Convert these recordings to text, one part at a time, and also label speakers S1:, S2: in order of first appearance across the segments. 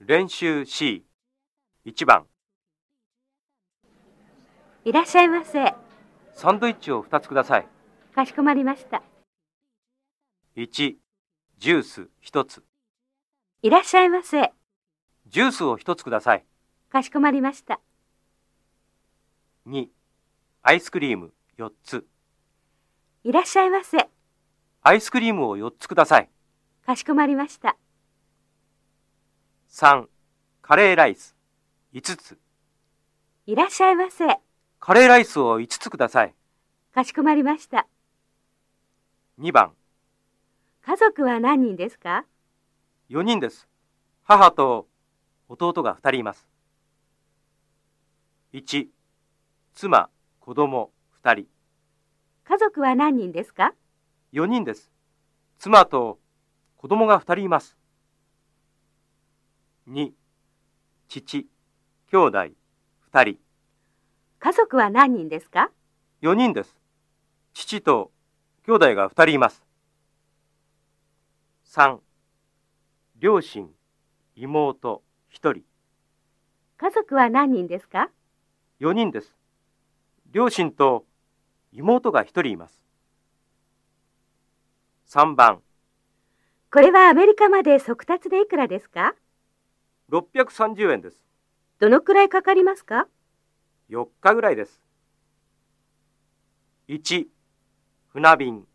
S1: 練習 C 1番
S2: いらっしゃいませ。
S1: サンドイッチを2つください
S2: かしこまりました。
S1: 1ジュース1つ
S2: いらっしゃいませ。
S1: ジュースを1つください
S2: かしこまりました。
S1: 2アイスクリーム4つ
S2: いらっしゃいませ。
S1: アイスクリームを4つください
S2: かしこまりました。
S1: 3カレーライス5つ
S2: いらっしゃいませ。
S1: カレーライスを5つください
S2: かしこまりました。
S1: 2番
S2: 家族は何人ですか
S1: 4人です母と弟が2人います1妻子供2人
S2: 家族は何人ですか
S1: 4人です。妻と子供が2人います。2、父、兄弟、2人、
S2: 家族は何人ですか
S1: 4人です。父と兄弟が2人います。3、両親、妹、1人、
S2: 家族は何人ですか
S1: 4人です。両親と妹が1人います。3番、
S2: これはアメリカまで速達でいくらですか
S1: 630円です。
S2: どのくらいかかりますか
S1: 4日ぐらいです。1、船便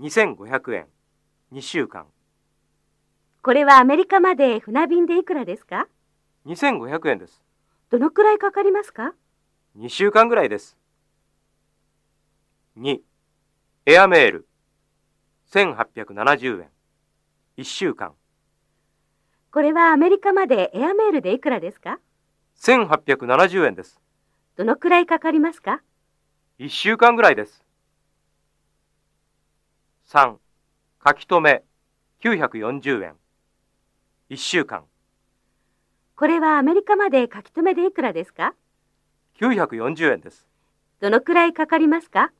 S1: 2500円、2週間。
S2: これはアメリカまで船便でいくらですか
S1: 2500円です。
S2: どのくらいかかりますか
S1: 2週間ぐらいです。2、エアメール1870円、1週間。
S2: これはアメリカまでエアメールでいくらですか
S1: 1870円です。
S2: どのくらいかかりますか
S1: 1週間ぐらいです。3、書き留め940円、1週間。
S2: これはアメリカまで書き留めでいくらですか
S1: 940円です。
S2: どのくらいかかりますか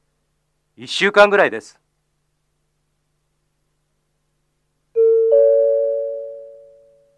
S1: 1週間ぐらいです。